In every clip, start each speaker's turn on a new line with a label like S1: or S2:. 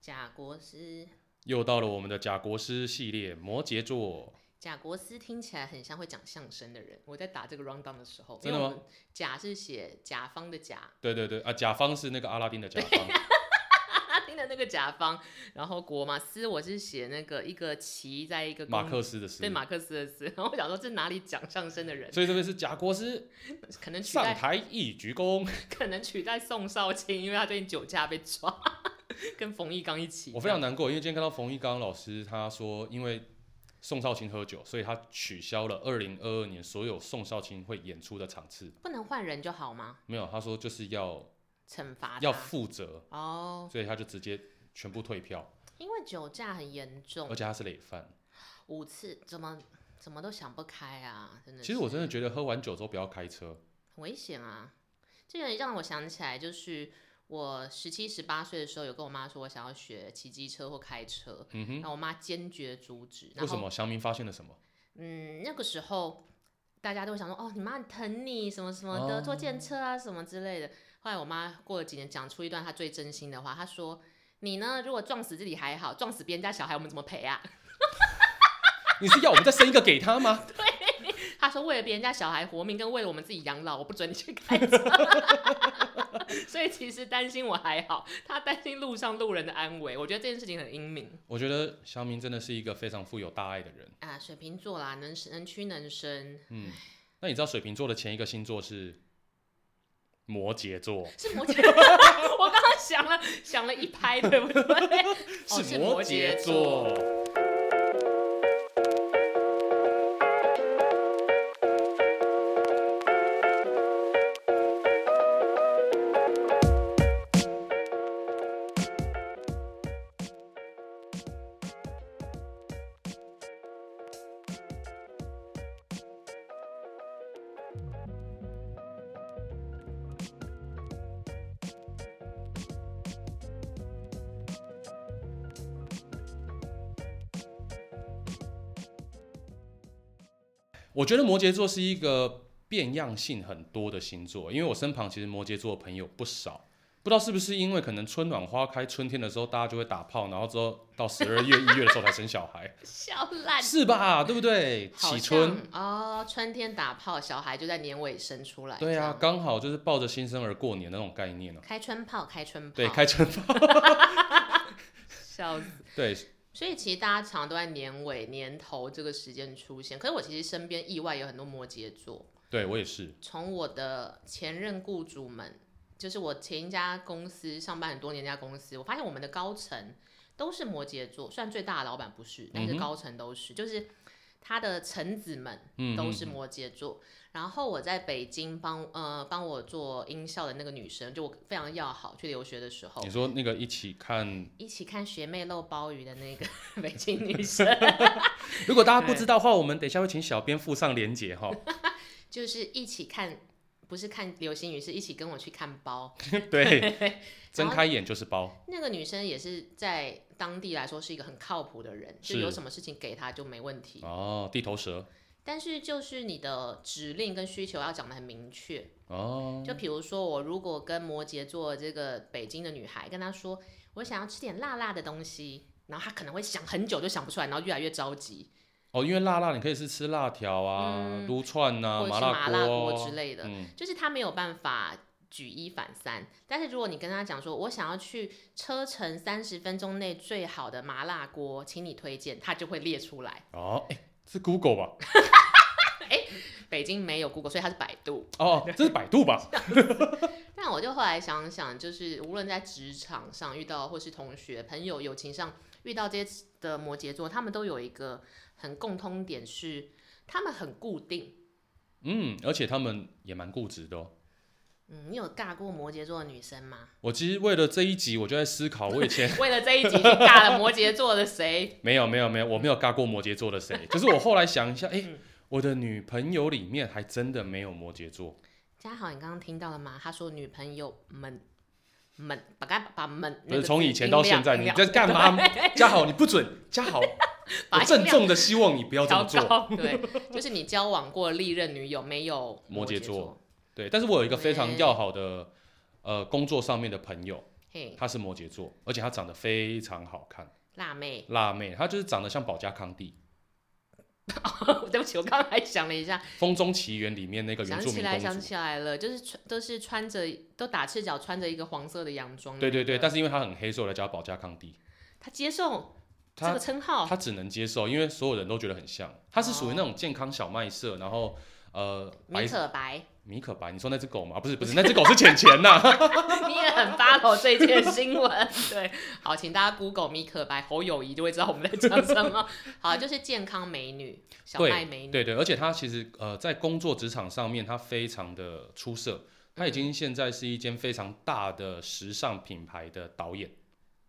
S1: 贾国师，
S2: 又到了我们的假国师系列摩羯座，
S1: 贾国师听起来很像会讲相声的人。我在打这个 round down 的时候，
S2: 真的吗？
S1: 甲是写甲方的甲，
S2: 对对对啊，甲方是那个阿拉丁的甲方，
S1: 他听的那个甲方，然后国嘛斯我是写那个一个骑在一个
S2: 马
S1: 公
S2: 克思的思
S1: 对。马克思的斯，然后我想说这哪里讲相声的人，
S2: 所以这边是假国师
S1: 可能取
S2: 上
S1: 代
S2: 台一鞠躬，
S1: 可能取代宋少卿，因为他最近酒驾被抓，跟冯一刚一起。
S2: 我非常难过，因为今天看到冯玉刚老师他说，因为宋少卿喝酒，所以他取消了二零二二年所有宋少卿会演出的场次。
S1: 不能换人就好吗？
S2: 没有，他说就是要
S1: 惩罚
S2: 要
S1: 他
S2: 负责，
S1: 哦，
S2: 所以他就直接全部退票，
S1: 因为酒驾很严重
S2: 而，且他是累犯。
S1: 五次怎么怎么都想不开啊！真的是，
S2: 其实我真的觉得喝完酒之后不要开车，
S1: 很危险啊！这个让我想起来，就是我十七、十八岁的时候，有跟我妈说我想要学骑机车或开车，
S2: 嗯哼，
S1: 然后我妈坚决阻止。然
S2: 为
S1: 后
S2: 什么？祥明发现了什么？
S1: 嗯，那个时候大家都会想说，哦，你妈很疼你什么什么的，
S2: 哦
S1: 坐电车啊什么之类的。后来我妈过了几年，讲出一段她最真心的话，她说：“你呢，如果撞死自己还好，撞死别人家小孩，我们怎么赔啊
S2: 你是要我们再生一个给他吗？？”
S1: 她说：“为了别人家小孩活命，跟为了我们自己养老，我不准你去开车。” 所以其实担心我还好，她担心路上路人的安危。我觉得这件事情很英明
S2: 我觉得祥明真的是一个非常富有大爱的人。
S1: 啊，水瓶座啦，能能屈能伸，
S2: 嗯，那你知道水瓶座的前一个星座是摩羯座，
S1: 是摩羯， 我刚刚想了想了一拍，对不对？哦是摩
S2: 摩
S1: 羯
S2: 羯
S1: 座
S2: 座。我觉得摩羯座是一个变样性很多的星座，因为我身旁其实摩羯座的朋友不少。不知道是不是因为可能春暖花开，春天的时候大家就会打炮，然后之后到十二月、一月的时候才生小孩，
S1: 笑烂。
S2: 是吧？对不对？
S1: 好
S2: 起春，
S1: 像哦，春天打炮，小孩就在年尾生出来。
S2: 对
S1: 这
S2: 啊，
S1: 样，
S2: 刚好就是抱着新生儿过年的那种概念呢、
S1: 开春炮，开春炮，
S2: 对，开春，
S1: 笑死。
S2: 对，
S1: 所以其实大家常都在年尾、年头这个时间出现。可是我其实身边意外有很多摩羯座，
S2: 对我也是。
S1: 从我的前任雇主们，就是我前一家公司上班很多年那家公司，我发现我们的高层都是摩羯座，虽然最大的老板不是，但是
S2: 嗯哼
S1: 高层都是，就是他的臣子们
S2: 嗯，
S1: 都是
S2: 嗯
S1: 摩羯座。然后我在北京帮呃帮我做音效的那个女生，就我非常要好，去留学的时候
S2: 你说那个一起看，
S1: 一起看学妹露鲍鱼的那个 北京女生，
S2: 如果大家不知道的话，我们等一下会请小编附上连结哈。
S1: 就是一起看，不是看流星雨，是一起跟我去看包。
S2: 对， 睁开眼就是包。
S1: 那个女生也是在当地来说是一个很靠谱的人，就是有什么事情给她就没问题。
S2: 哦，地头蛇。
S1: 但是就是你的指令跟需求要讲得很明确，
S2: 哦，
S1: 就比如说，我如果跟摩羯座这个北京的女孩跟她说，我想要吃点辣辣的东西，然后她可能会想很久就想不出来，然后越来越着急，
S2: 哦，因为辣辣，你可以是吃辣条啊、
S1: 嗯
S2: 撸串啊、
S1: 或者是
S2: 辣
S1: 麻辣锅
S2: 啊
S1: 之类的，
S2: 嗯，
S1: 就是她没有办法举一反三。但是如果你跟她讲说，我想要去车程三十分钟内最好的麻辣锅，请你推荐，她就会列出来。
S2: 哦，哎，是 Google 吧？
S1: 北京没有 Google，所以她是百度。
S2: 哦，这是百度吧？
S1: 但我就后来想想，就是无论在职场上遇到，或是同学、朋友、友情上遇到这些的摩羯座，他们都有一个很共通点是，他们很固定。
S2: 嗯，而且他们也蛮固执的哦。
S1: 嗯，你有尬过摩羯座的女生吗？
S2: 我其实为了这一集，我就在思考，我以 前
S1: 为了这一集去尬了摩羯座的谁？
S2: 没有没有没有，我没有尬过摩羯座的谁，就是我后来想一下，哎、我的女朋友里面还真的没有摩羯座，
S1: 嘉豪，你刚刚听到了吗？他说女朋友们们，把该把们
S2: 不是从以前到现在，你在
S1: 那个字
S2: 干？
S1: 音量音
S2: 嘛
S1: 量？
S2: 嘉豪，你不准，嘉豪，
S1: 把
S2: 我
S1: 音
S2: 郑
S1: 量
S2: 重的希望你不要这么
S1: 调
S2: 做。
S1: 高对，就是你交往过历任女友没有
S2: 摩羯
S1: 羯
S2: 座？对，但是我有一个非常
S1: 对
S2: 要好的呃工作上面的朋友，
S1: 嘿，
S2: 她是摩羯座，而且她长得非常好看，
S1: 辣妹，
S2: 辣妹，她就是长得像保加康帝，
S1: 对不起，我刚才想了一下，
S2: 《风中奇缘》里面那个原
S1: 想
S2: 住
S1: 起
S2: 民
S1: 来，
S2: 公
S1: 想
S2: 主。
S1: 起来了，就是穿都是穿着都打赤脚，穿着一个黄色的洋装。
S2: 对对对，但是因为她很黑，所以我来叫她保加康帝。
S1: 他接受这
S2: 她
S1: 个称号，
S2: 她只能接受，因为所有人都觉得很像。她是属于
S1: 哦
S2: 那种健康小麦色，然后呃
S1: 哦
S2: 白
S1: 米可白，
S2: 米可白，你说那只狗吗？啊不是不是，那只狗是浅浅呐。
S1: 你也很 follow 这件新闻，对，好，请大家 Google 米可白侯友谊就会知道我们在讲什么。哦好，就是健康美女，小麦美女，
S2: 对对，而且她其实呃在工作职场上面，她非常的出色。她已经现在是一间非常大的时尚品牌的导演，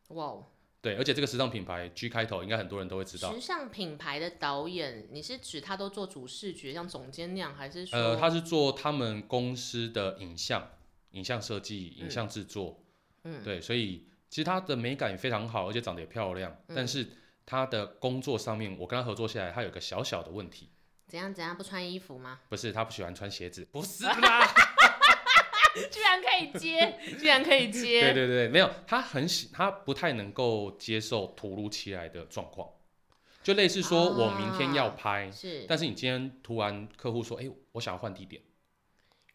S1: 哇哦，
S2: 对，而且这个时尚品牌 G 开头，应该很多人都会知道。
S1: 时尚品牌的导演，你是指他都做主视觉，像总监那样，还是说？
S2: 呃，他是做他们公司的影像、影像设计、
S1: 嗯
S2: 影像制作，
S1: 嗯
S2: 对，所以其实她的美感也非常好，而且长得也漂亮。
S1: 嗯
S2: 但是她的工作上面，我跟她合作下来，她有一个小小的问题，
S1: 怎样怎样不穿衣服吗？
S2: 不是她不喜欢穿鞋子，不是啦，
S1: 居然可以接， 居然可以接，
S2: 对对对，没有，她很喜，她不太能够接受突如其来的状况，就类似说我明天要拍，
S1: 是
S2: 但是你今天突然客户说，哎、我想要换地点。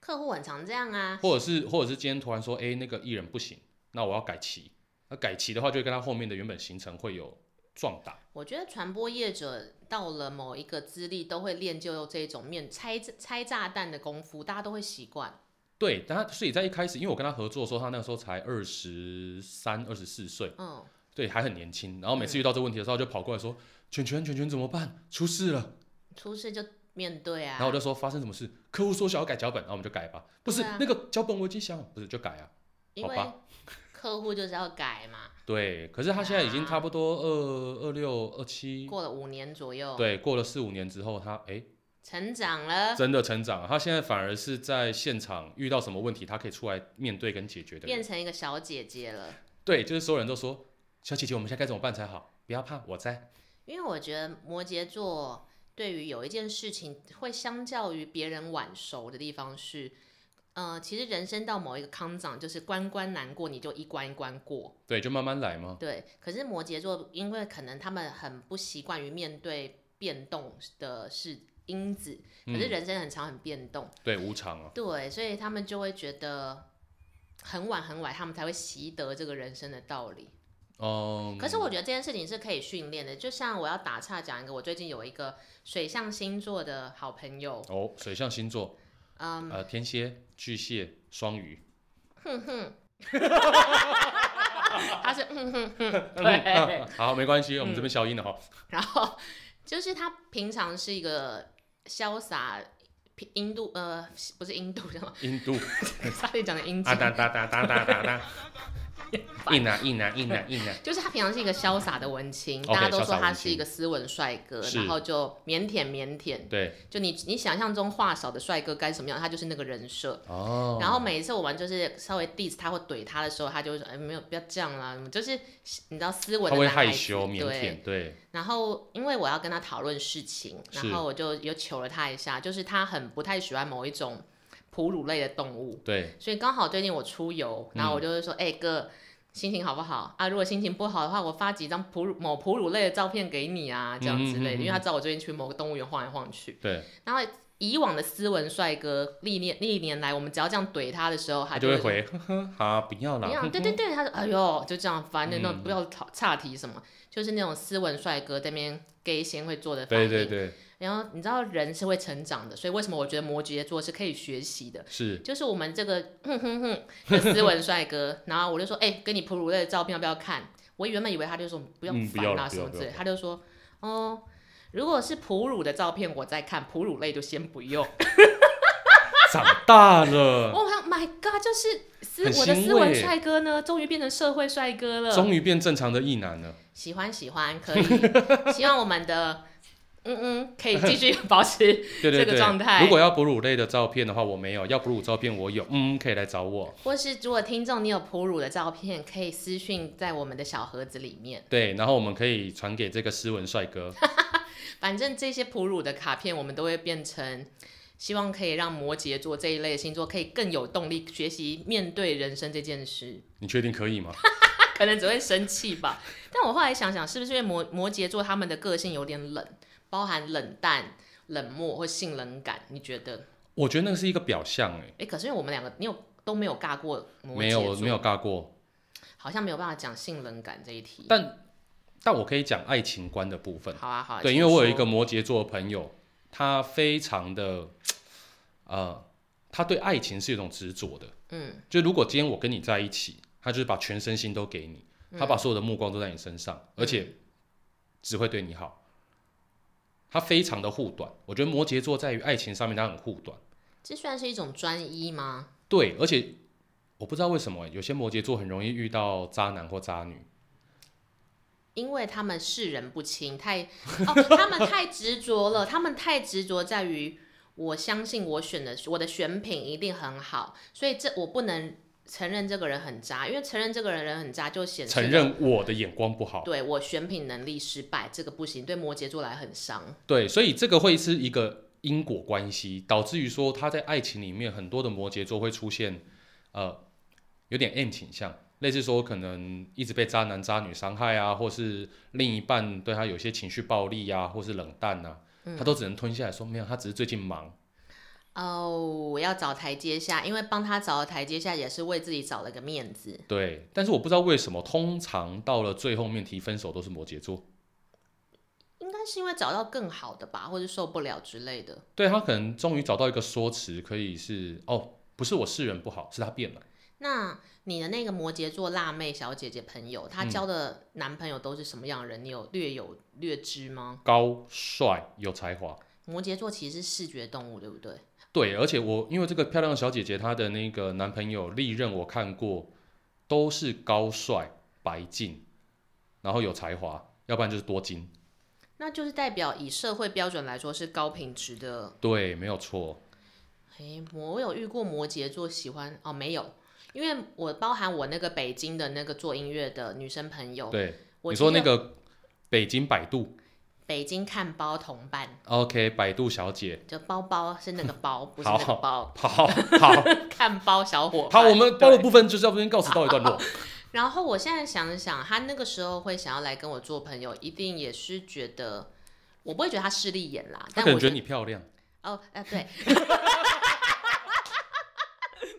S1: 客户很常这样啊，
S2: 或者是或者是今天突然说，哎、那个艺人不行，那我要改期。那改期的话，就会跟他后面的原本行程会有撞打。
S1: 我觉得传播业者到了某一个资历，都会练就这种面拆拆炸弹的功夫，大家都会习惯。
S2: 对，但他所以在一开始，因为我跟他合作的时候，他那个时候才二十三、二十四岁，
S1: 嗯，
S2: 对，还很年轻。然后每次遇到这个问题的时候，他就跑过来说：“圈圈，圈圈怎么办？出事了。
S1: 出事就面对”啊。
S2: 然后我就说：“发生什么事？客户说想要改脚本，那我们就改吧。不是、
S1: 对啊
S2: 那个脚本我已经想好，不是就改啊。”
S1: 因
S2: 好
S1: 为客户就是要改嘛，
S2: 对，可是他现在已经
S1: 啊
S2: 差不多二二六二七，
S1: 过了啊五年左右，
S2: 对，过了四五年之后，他哎、
S1: 成长了，
S2: 真的成长，他现在反而是在现场遇到什么问题，他可以出来面对跟解决的人。
S1: 变成一个小姐姐了。
S2: 对，就是所有人都说小姐姐，我们现在该怎么办才好？不要怕，我在。
S1: 因为我觉得摩羯座对于有一件事情会相较于别人晚熟的地方是，呃，其实人生到某一个康长，就是关关难过，你就一关一关过。
S2: 对，就慢慢来嘛。
S1: 对，可是摩羯座，因为可能他们很不习惯于面对变动的是因子，可是
S2: 嗯，
S1: 人生很长很变动，
S2: 对，无常啊。
S1: 对，所以他们就会觉得很晚很晚，他们才会习得这个人生的道理。
S2: 嗯，
S1: 可是我觉得这件事情是可以训练的，就像我要打岔讲一个，我最近有一个水象星座的好朋友，
S2: 哦，水象星座，
S1: 嗯，
S2: 呃，天蝎、巨蟹、双 鱼，
S1: 他是嗯哼哼，对。
S2: 嗯好，没关系，我们这边消音了哈。
S1: 然后就是他平常是一个潇洒印度呃不是印度叫什么，
S2: 印度，
S1: 差点讲的英
S2: 啊
S1: 籍，
S2: 哒哒哒哒哒哒 哒，印啊印啊印啊印啊，
S1: 就是他平常是一个潇洒的文青
S2: OK，
S1: 大家都说
S2: 潇洒
S1: 他
S2: 文
S1: 是
S2: 青
S1: 一个斯文帅哥，
S2: 是
S1: 然后就腼腆腼腆，
S2: 对，
S1: 就你你想象中话少的帅哥该什么样，他就是那个人设。
S2: 哦，
S1: 然后每一次我们就是稍微 diss 他或怼他的时候，他就会说：“哎，没有，不要这样啦。”就是你知道斯文
S2: 他
S1: 的
S2: 会
S1: 男孩
S2: 害
S1: 子，
S2: 羞、腼
S1: 对
S2: 腆，对，
S1: 然后因为我要跟他讨论事情，
S2: 是
S1: 然后我就又求了他一下，就是他很不太喜欢某一种哺乳类的动物，
S2: 对，
S1: 所以刚好最近我出游，然
S2: 嗯
S1: 后我就会说，哎、哥。心情好不好啊？如果心情不好的话，我发几张哺乳某哺乳类的照片给你啊，这样之类的。
S2: 嗯嗯嗯嗯
S1: 因为他知道我最近去某个动物园晃来晃去。
S2: 对，
S1: 然后以往的斯文帅哥，历年历年来，我们只要这样怼他的时候，
S2: 他
S1: 他
S2: 就
S1: 会
S2: 会
S1: 说
S2: 回，呵呵，好，不要啦
S1: 一，样，
S2: 哼
S1: 对对对，他说哎呦，就这样，反正那种
S2: 嗯
S1: 不要吵岔题什么，就是那种斯文帅哥在那边 gay 先会做的反
S2: 对
S1: 应。
S2: 对对，
S1: 然后你知道人是会成长的，所以为什么我觉得摩羯座是可以学习的？
S2: 是
S1: 就是我们这个哼哼哼的斯文帅哥， 然后我就说，哎、跟你哺乳类的照片要不要看？我原本以为他就说不要
S2: 嗯不要
S1: 烦啊
S2: 了
S1: 什
S2: 不要
S1: 么之类
S2: 不
S1: 的，
S2: 要
S1: 他就说，哦，如果是哺乳的照片我再看，哺乳类就先不用。
S2: 长大
S1: 我
S2: 了，
S1: 好像 My God，就是斯
S2: 嗯很
S1: 我的
S2: 欣
S1: 斯文
S2: 慰
S1: 帅哥呢，终于变成社会帅哥了。
S2: 终于变正常的异男了。
S1: 喜欢喜欢，可 以，希望我们的嗯嗯可以继续保 持，
S2: 对对
S1: 这
S2: 对，
S1: 个状态
S2: 如果要哺乳类的照片的话，我没有；要哺乳照片，我有。嗯，可以来找我。
S1: 或是如果听众你有哺乳的照片，可以私讯在我们的小盒子里面。
S2: 对，然后我们可以传给这个斯文帅哥。
S1: 反正这些哺乳的卡片我们都会变成希望可以让摩羯座这一类的星座可以更有动力学习面对人生这件事。
S2: 你确定可以吗？
S1: 可能只会生气吧。但我后来想想，是不是因为摩摩羯座他们的个性有点冷，包含冷淡、冷漠或性冷感？你觉得？
S2: 我觉得那个是一个表象、欸，
S1: 哎、可是因为我们两个，你有都没有尬过摩羯座，
S2: 没有没有，尬过，
S1: 好像没有办法讲性冷感这一题。
S2: 但但我可以讲爱情观的部分。
S1: 好啊，好啊，
S2: 对，
S1: 请
S2: 因为我有一
S1: 说
S2: 个摩羯座的朋友，他非常的，呃，他对爱情是有一种执着的。
S1: 嗯，
S2: 就如果今天我跟你在一起，他就是把全身心都给你，
S1: 嗯
S2: 他把所有的目光都在你身上，而且只会对你好。他非常的护短，我觉得摩羯座在于爱情上面他很护短。
S1: 这算是一种专一吗？
S2: 对，而且我不知道为什么、欸有些摩羯座很容易遇到渣男或渣女。
S1: 因为他们世人不清，太哦，他们太执着了，他们太执着在于我相信我选的我的选品一定很好，所以这我不能承认这个人很渣，因为承认这个人很渣就显示
S2: 承认我的眼光不好，
S1: 对我选品能力失败，这个不行，对摩羯座来很伤。
S2: 对，所以这个会是一个因果关系，导致于说他在爱情里面很多的摩羯座会出现，呃，有点 M 倾向，类似说可能一直被渣男渣女伤害啊，或是另一半对他有些情绪暴力啊，或是冷淡啊，他都只能吞下来说没有，他只是最近忙。
S1: 哦，我要找台阶下，因为帮他找了台阶下，也是为自己找了个面子。
S2: 对，但是我不知道为什么，通常到了最后面提分手都是摩羯座，
S1: 应该是因为找到更好的吧，或者受不了之类的。
S2: 对他可能终于找到一个说辞，可以是哦，不是我世人不好，是他变了。
S1: 那你的那个摩羯座辣妹小姐姐朋友，
S2: 嗯
S1: 她交的男朋友都是什么样的人？你有略有略知吗？
S2: 高帅有才华，
S1: 摩羯座其实是视觉动物，对不对？
S2: 对，而且我因为这个漂亮的小姐姐，她的那个男朋友历任我看过，都是高帅、白净，然后有才华，要不然就是多金。
S1: 那就是代表以社会标准来说是高品质的。
S2: 对，没有错。
S1: 诶，我有遇过摩羯座喜欢哦，没有，因为我包含我那个北京的那个做音乐的女生朋友，
S2: 对，
S1: 我
S2: 你
S1: 记得
S2: 说那个北京百度
S1: 北京看包同伴，
S2: ，OK，百度小姐，
S1: 就包包是那个 包，不是那个
S2: 好
S1: 包，
S2: 好好好，
S1: 看包小伙伴。
S2: 我们包的部分就是要不先告辞到一段落。
S1: 然后我现在想一想，他那个时候会想要来跟我做朋友，一定也是觉得我不会觉得他势利眼啦，
S2: 她
S1: 但
S2: 可
S1: 我
S2: 能觉得你漂亮，
S1: 哦，呃，对，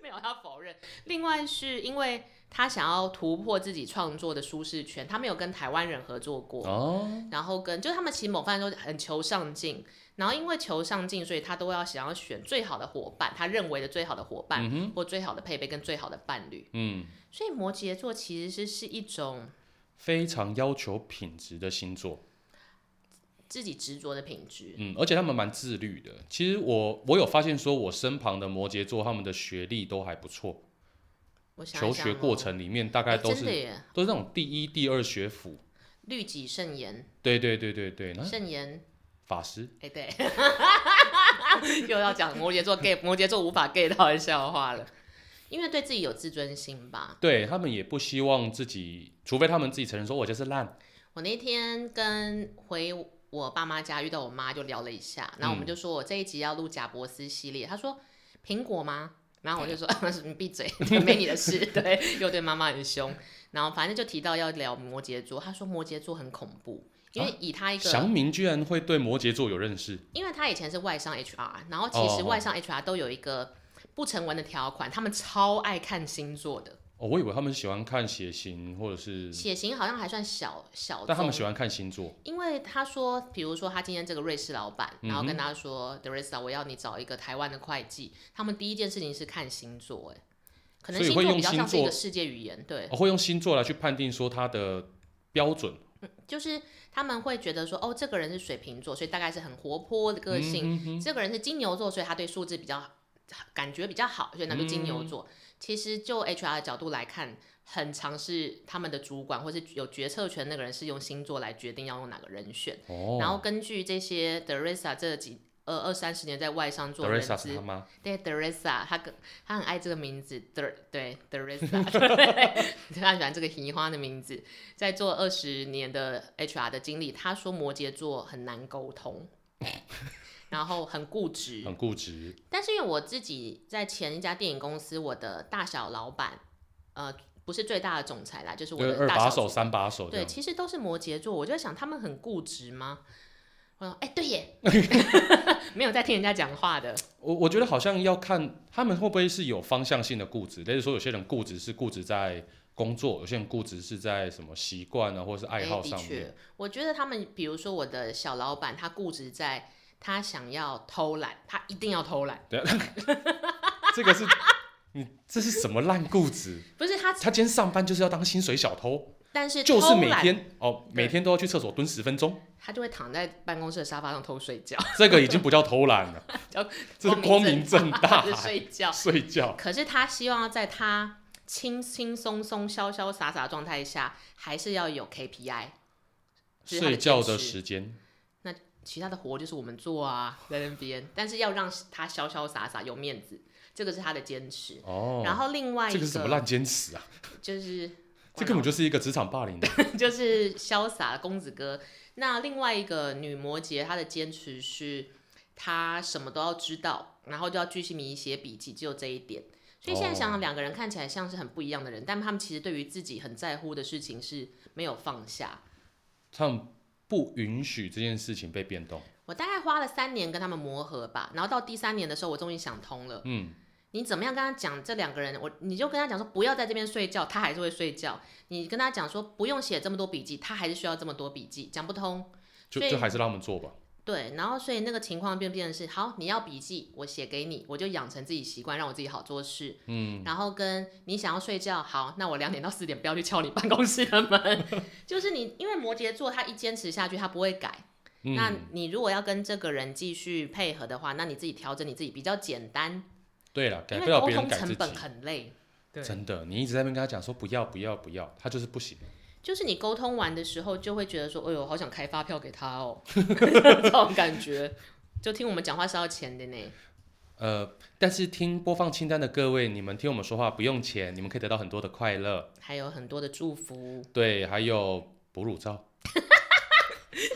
S1: 没有他否认。另外是因为他想要突破自己创作的舒适圈，他没有跟台湾人合作过，
S2: 哦，
S1: 然后跟就是他们其实某方面都很求上进，然后因为求上进，所以他都要想要选最好的伙伴，他认为的最好的伙伴、
S2: 嗯哼，
S1: 或最好的配备跟最好的伴侣。
S2: 嗯，
S1: 所以摩羯座其实是是一种。
S2: 非常要求品质的星座。
S1: 自己执着的品质。
S2: 嗯，而且他们蛮自律的。其实我我有发现，说我身旁的摩羯座，他们的学历都还不错，
S1: 我想一
S2: 求
S1: 想
S2: 学
S1: 哦
S2: 过程里面大概
S1: 哎
S2: 都
S1: 真
S2: 是、
S1: 的耶，
S2: 都是那种第一、第二学府。
S1: 律己慎言，
S2: 对对对对对，那
S1: 慎言。
S2: 法师
S1: 哎、对， 又要讲摩羯座 gay，摩羯座无法 gay 到的笑话了，因为对自己有自尊心吧。
S2: 对他们也不希望自己，除非他们自己承认说我就是烂。
S1: 我那天跟回我爸妈家遇到我妈就聊了一下，然后我们
S2: 嗯
S1: 就说我这一集要录贾伯斯系列，她说苹果吗？然后我就说 你闭嘴，没你的事。 对，又对妈妈很凶。然后反正就提到要聊摩羯座，她说摩羯座很恐怖，因
S2: 啊
S1: 为以她一个、
S2: 祥明居然会对摩羯座有认识，
S1: 因为他以前是外商 HR，然后其实
S2: 哦
S1: 外商 HR 都有一个不成文的条款，他们超爱看星座的，
S2: 哦，我以为他们喜欢看血型或者是，
S1: 血型好像还算小小
S2: 但他们
S1: 众。
S2: 喜欢看星座。
S1: 因为他说，比如说他今天这个瑞士老板，然后
S2: 嗯哼
S1: 跟他说 d e r i s a 我要你找一个台湾的会计，他们第一件事情是看星座，哎，可能
S2: 所以
S1: 星
S2: 会
S1: 座
S2: 用
S1: 比较像是一
S2: 星
S1: 个
S2: 座
S1: 世界语言，对，
S2: 哦我、会用星座来去判定说他的标准
S1: 就是他们会觉得说，哦，这个人是水瓶座，所以大概是很活泼的个性，
S2: 嗯哼
S1: 这个人是金牛座，所以他对数字比较感觉比较好，所以那就金
S2: 嗯
S1: 牛座。其实就 HR 的角度来看，很常是他们的主管或是有决策权那个人是用星座来决定要用哪个人选，
S2: 哦，
S1: 然后根据这些 Teresa 这几。呃，二三十年在外商做人
S2: Teresa 是
S1: 资
S2: 他，妈，
S1: 对 Teresa，他跟他很爱这个名字，Ter 对 Teresa，对，他很喜欢这个奇花的名字。在做二 十年的 HR 的经理，他说摩羯座很难沟通，然后很固执。
S2: 很固执，
S1: 但是因为我自己在前一家电影公司，我的大小老板，呃，不是最大的总裁啦，就是
S2: 就
S1: 我
S2: 是
S1: 的
S2: 二
S1: 大
S2: 把
S1: 小
S2: 手、
S1: 主
S2: 三把手这
S1: 对，
S2: 样。
S1: 其实都是摩羯座，我就在想他们很固执吗？我说，哎、对 耶，没有在听人家讲话的，
S2: 我我觉得好像要看他们会不会是有方向性的固执，例如说有些人固执是固执在工作，有些人固执是在什么习惯啊，或者是爱
S1: 哎
S2: 好
S1: 的
S2: 上面。
S1: 确，我觉得他们，比如说我的小老板，他固执在他想要偷懒，他一定要偷懒，
S2: 这个是你这是什么烂固执？
S1: 不是他，
S2: 他今天上班就是要当薪水小偷，
S1: 但是偷
S2: 就是每
S1: 懒
S2: 天哦，
S1: 对
S2: 每天都要去厕所蹲十分钟，
S1: 他就会躺在办公室的沙发上偷睡觉，
S2: 这个已经不叫偷懒了
S1: 叫，
S2: 这是光明 正大
S1: 就睡觉。
S2: 睡觉。
S1: 可是他希望在他轻轻松松、潇潇洒洒的状态下，还是要有 KPI，这是他的
S2: 睡觉的
S1: 坚持
S2: 时间，
S1: 其他的活就是我们做 啊，在那边，但是要让他潇潇洒洒、有面子，这个是他的坚持。
S2: 哦，
S1: 然后另外一
S2: 这
S1: 个
S2: 个是什么烂坚持啊？
S1: 就是
S2: 这根本就是一个职场霸凌的。
S1: 就是潇洒的公子哥。那另外一个女摩羯，她的坚持是她什么都要知道，然后就要巨细靡遗写笔记，只有这一点。所以现在
S2: 哦
S1: 想想，两个人看起来像是很不一样的人，但他们其实对于自己很在乎的事情是没有放下。
S2: 他们不允许这件事情被变动。
S1: 我大概花了三年跟他们磨合吧，然后到第三年的时候，我终于想通了。
S2: 嗯，
S1: 你怎么样跟他讲这两个人，我你就跟他讲说不要在这边睡觉，他还是会睡觉。你跟他讲说不用写这么多笔记，他还是需要这么多笔记，讲不通。
S2: 就
S1: 所以
S2: 就还是让他们做吧。
S1: 对，然后所以那个情况变变成是，好，你要笔记，我写给你，我就养成自己习惯，让我自己好做事。嗯，然后跟你想要睡觉，好，那我两点到四点不要去敲你办公室的门， 就是你，因为摩羯座他一坚持下去，他不会改。
S2: 嗯，
S1: 那你如果要跟这个人继续配合的话，那你自己调整你自己比较简单，
S2: 对了，
S1: 因
S2: 改
S1: 为
S2: 不了
S1: 沟
S2: 别人
S1: 通
S2: 改自
S1: 成
S2: 己
S1: 本。啊很累。对
S2: 真的，你一直在那边跟他讲说不要不要不要，他就是不行。
S1: 就是你沟通完的时候，就会觉得说，哎呦，好想开发票给他哦， 这种感觉。就听我们讲话是要钱的呢，
S2: 呃，但是听播放清单的各位，你们听我们说话不用钱，你们可以得到很多的快乐。
S1: 还有很多的祝福。
S2: 对，还有哺乳照，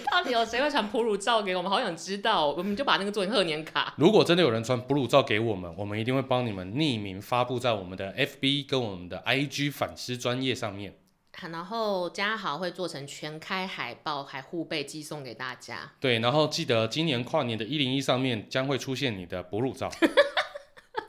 S1: 到底有谁会传哺乳照给我们？好想知道哦，我们就把那个做成贺年卡。
S2: 如果真的有人传哺乳照给我们，我们一定会帮你们匿名发布在我们的 FB 跟我们的 IG 反思专业上面。
S1: 啊然后嘉豪会做成全开海报，还互备寄送给大家。
S2: 对，然后记得今年跨年的一零一上面将会出现你的哺乳照，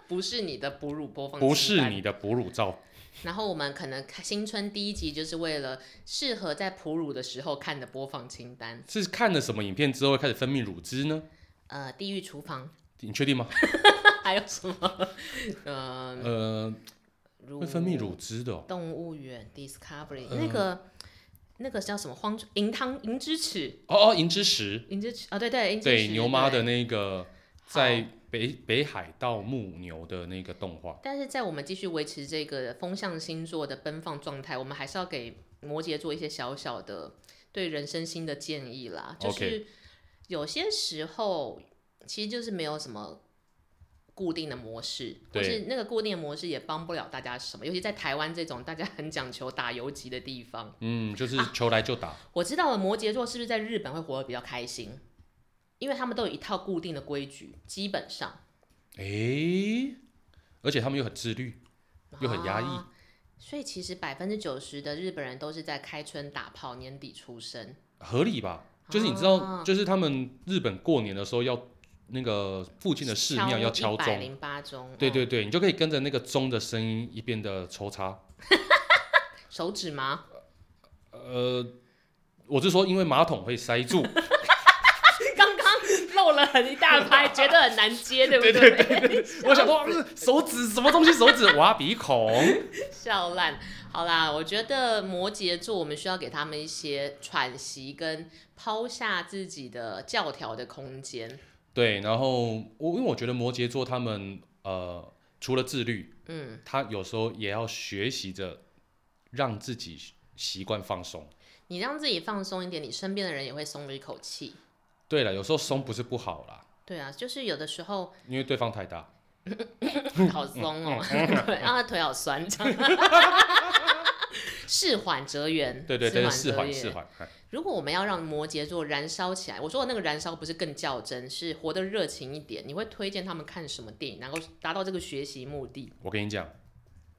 S1: 不是你的哺乳播放，
S2: 不是。你的哺乳照。
S1: 然后我们可能看新春第一集就是为了适合在哺乳的时候看的播放清单。
S2: 是看了什么影片之后会开始分泌乳汁呢？
S1: 呃，地狱厨房
S2: 你确定吗？
S1: 还有什么？呃，
S2: 呃，
S1: 乳
S2: 会分泌乳汁的、哦。
S1: 动物园 Discovery、
S2: 嗯
S1: 那个那个叫什么荒川银汤银之齿
S2: 哦哦，银之石，
S1: 银之齿啊对对银之齿
S2: 对，牛妈
S1: 对
S2: 的那个在北北海道牧牛的那个动画，
S1: 但是在我们继续维持这个风象星座的奔放状态，我们还是要给摩羯座一些小小的对人生新的建议啦。就
S2: OK
S1: 是有些时候其实就是没有什么固定的模式，或
S2: 对
S1: 是那个固定的模式也帮不了大家什么。尤其在台湾这种大家很讲求打游击的地方，
S2: 嗯，就是
S1: 啊
S2: 球来就打，
S1: 我知道了摩羯座是不是在日本会活得比较开心，因为他们都有一套固定的规矩，基本上。
S2: 诶，而且他们又很自律，又很压抑
S1: 啊所以其实百分之九十的日本人都是在开春打炮、年底出生。
S2: 合理吧？就是你知
S1: 啊
S2: 道，就是他们日本过年的时候要那个附近的寺庙要敲
S1: 百
S2: 钟，
S1: 零八钟，
S2: 对
S1: 哦，
S2: 对对，你就可以跟着那个钟的声音一边的抽插。
S1: 手指吗？
S2: 呃，我是说，因为马桶会塞住，
S1: 刚刚漏了很一大拍，觉得很难接，对不对？
S2: 我想说呃手指什么东西，手指挖鼻孔。
S1: 笑烂。好啦，我觉得摩羯座我们需要给他们一些喘息跟抛下自己的教条的空间。
S2: 对，然后我因为我觉得摩羯座他们呃，除了自律，
S1: 嗯，
S2: 他有时候也要学习着让自己习惯放松。
S1: 你让自己放松一点，你身边的人也会松了一口气。
S2: 对了，有时候松不是不好啦，
S1: 对啊，就是有的时候
S2: 因为对方太大。
S1: 好松哦，对，然后他腿好酸这样。事缓则圆，
S2: 对对对，
S1: 事
S2: 四
S1: 缓
S2: 环
S1: 则
S2: 四
S1: 圆。
S2: 环，哎
S1: 如果我们要让摩羯座燃烧起来，我说的那个燃烧不是更较真，是活得热情一点。你会推荐他们看什么电影，能够达到这个学习目的？
S2: 我跟你讲，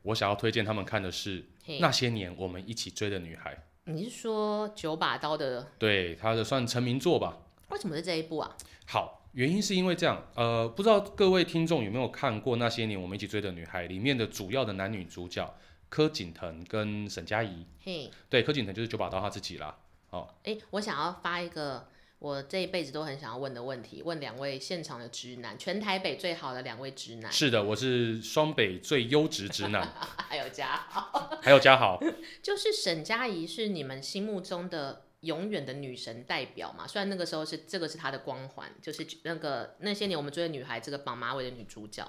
S2: 我想要推荐他们看的是《
S1: 嘿，
S2: 那些年我们一起追的女孩》，
S1: 你是说九把刀的？
S2: 对，他的算成名作吧。
S1: 为什么是这一部啊？
S2: 好，原因是因为这样，呃，不知道各位听众有没有看过《那些年我们一起追的女孩》里面的主要的男女主角柯景腾跟沈佳宜。
S1: 嘿，
S2: 对，柯景腾就是九把刀他自己啦。哦
S1: 哎、我想要发一个我这一辈子都很想要问的问题，问两位现场的直男，全台北最好的两位直男，
S2: 是的，我是双北最优质直男，
S1: 还有家 豪，
S2: 还有嘉豪。
S1: 就是沈佳宜是你们心目中的永远的女神代表嘛？虽然那个时候是这个是她的光环，就是那个那些年我们追的女孩这个绑马尾的女主角。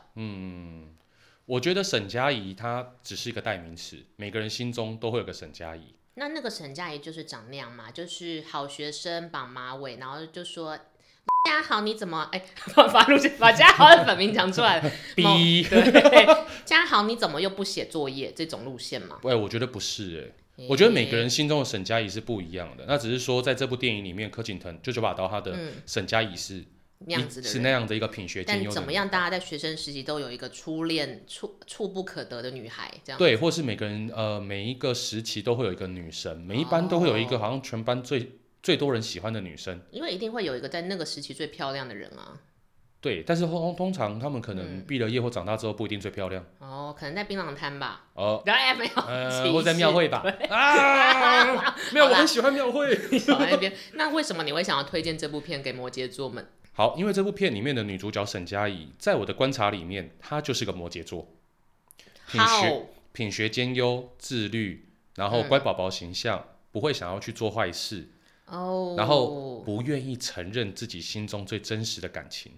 S2: 我觉得沈佳宜她只是一个代名词，每个人心中都会有个沈佳宜。
S1: 那那个沈佳宜就是长那样嘛，就是好学生绑马尾，然后就说。 大家好，你怎么哎？把 把陆把家豪的本名讲出来了。 某
S2: 第一，
S1: 对，家豪你怎么又不写作业？这种路线嘛，
S2: 喂，我觉得不是哎、我觉得每个人心中的沈佳宜是不一样的。那只是说，在这部电影里面，柯景腾就九把刀他的
S1: 嗯
S2: 沈佳宜是
S1: 那样子的
S2: 是
S1: 人。
S2: 那样的一个品学兼
S1: 但
S2: 优的
S1: 怎么
S2: 人，
S1: 样，大家在学生时期都有一个初恋、触触不可得的女孩，这样
S2: 对，或是每个人呃每一个时期都会有一个女生，每一班都会有
S1: 哦
S2: 一个好像全班最最多人喜欢的女生，
S1: 因为一定会有一个在那个时期最漂亮的人啊。
S2: 对。但是通通常他们可
S1: 嗯
S2: 能毕了业或长大之后不一定最漂亮，
S1: 哦，可能在槟榔摊 吧，
S2: 呃
S1: 当然没有，
S2: 呃
S1: 歧
S2: 或在
S1: 视
S2: 庙会 吧啊，没有，
S1: 好
S2: 我
S1: 啦
S2: 很喜欢庙会。
S1: 跑在那边。那为什么你会想要推荐这部片给摩羯座们？
S2: 好，因为这部片里面的女主角沈佳宜，在我的观察里面，她就是个摩羯座，品学
S1: 好，
S2: 品学兼优、自律，然后
S1: 嗯
S2: 乖宝宝形象，不会想要去做坏事。
S1: 哦，
S2: 然后不愿意承认自己心中最真实的感情。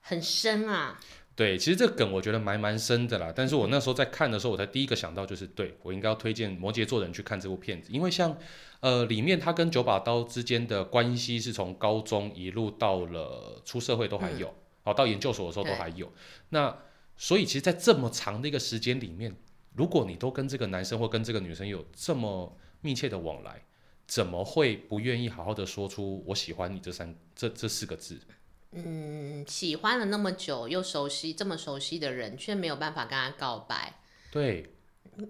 S1: 很深啊，
S2: 对，其实这个梗我觉得蛮蛮深的啦，但是我那时候在看的时候，我才第一个想到就是，对我应该要推荐摩羯座人去看这部片子，因为像呃里面他跟九把刀之间的关系是从高中一路到了出社会都还有，好、到研究所的时候都还有。那所以其实，在这么长的一个时间里面，如果你都跟这个男生或跟这个女生有这么密切的往来，怎么会不愿意好好的说出“我喜欢你”这三这这四个字？
S1: 嗯，喜欢了那么久，又熟悉这么熟悉的人，却没有办法跟他告白，
S2: 对，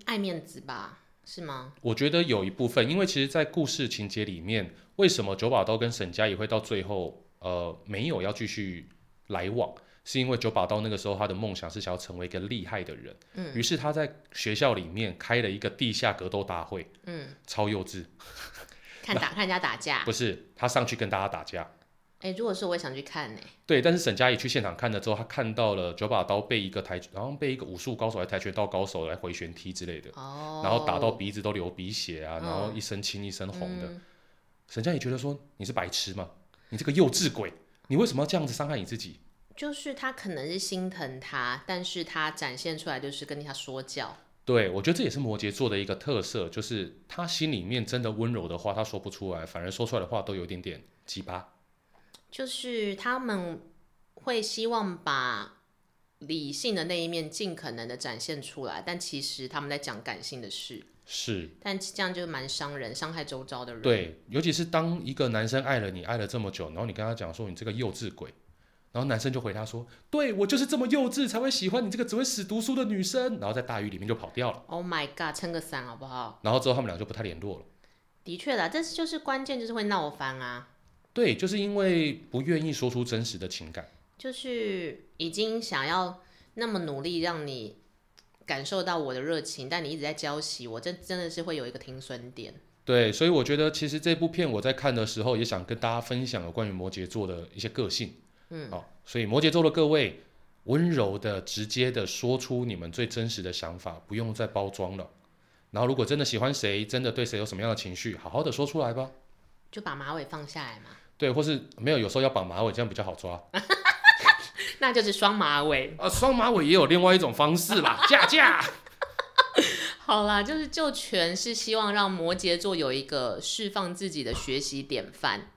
S1: 爱面子吧，是吗？
S2: 我觉得有一部分，因为其实，在故事情节里面，为什么九把刀跟沈佳宜会到最后呃没有要继续来往，是因为九把刀那个时候他的梦想是想要成为一个厉害的人，
S1: 嗯
S2: 于是他在学校里面开了一个地下格斗大会，
S1: 嗯，
S2: 超幼稚，
S1: 看打看人家打架，
S2: 不是他上去跟大家打架。
S1: 哎、如果是我也想去看呢、
S2: 对，但是沈佳宜去现场看了之后，他看到了九把刀被一个跆，好像被一个武术高手还是跆拳道高手来回旋踢之类的，
S1: 哦，
S2: 然后打到鼻子都流鼻血啊，然后
S1: 嗯
S2: 一身青一身红的。
S1: 嗯
S2: 沈佳宜觉得说你是白痴吗？你这个幼稚鬼，你为什么要这样子伤害你自己？
S1: 就是他可能是心疼他，但是他展现出来就是跟他说教。
S2: 对我觉得这也是摩羯座的一个特色，就是他心里面真的温柔的话，他说不出来，反而说出来的话都有一点点鸡巴。
S1: 就是他们会希望把理性的那一面尽可能的展现出来，但其实他们在讲感性的事，
S2: 是
S1: 但这样就蛮伤人，伤害周遭的人。，
S2: 对，尤其是当一个男生爱了你，爱了这么久，然后你跟他讲说你这个幼稚鬼，然后男生就回他说，对我就是这么幼稚，才会喜欢你这个只会死读书的女生，然后在大雨里面就跑掉了，
S1: ，Oh my god，撑个伞好不好？
S2: 然后之后他们俩就不太联络了。
S1: 的确啦，这就是关键，就是会闹翻啊，
S2: 对，就是因为不愿意说出真实的情感。
S1: 就是已经想要那么努力让你感受到我的热情，但你一直在浇熄我，这真的是会有一个停损点。
S2: 对，所以我觉得其实这部片我在看的时候，也想跟大家分享有关于摩羯座的一些个性。嗯，好、所以摩羯座的各位，温柔的、直接的说出你们最真实的想法，不用再包装了。然后，如果真的喜欢谁，真的对谁有什么样的情绪，好好的说出来吧。
S1: 就把马尾放下来嘛，
S2: 对，或是没有，有时候要绑马尾，这样比较好抓。
S1: 那就是双马尾。
S2: 啊，双马尾也有另外一种方式啦，架架。
S1: 好啦，就是就全是希望让摩羯座有一个释放自己的学习典范。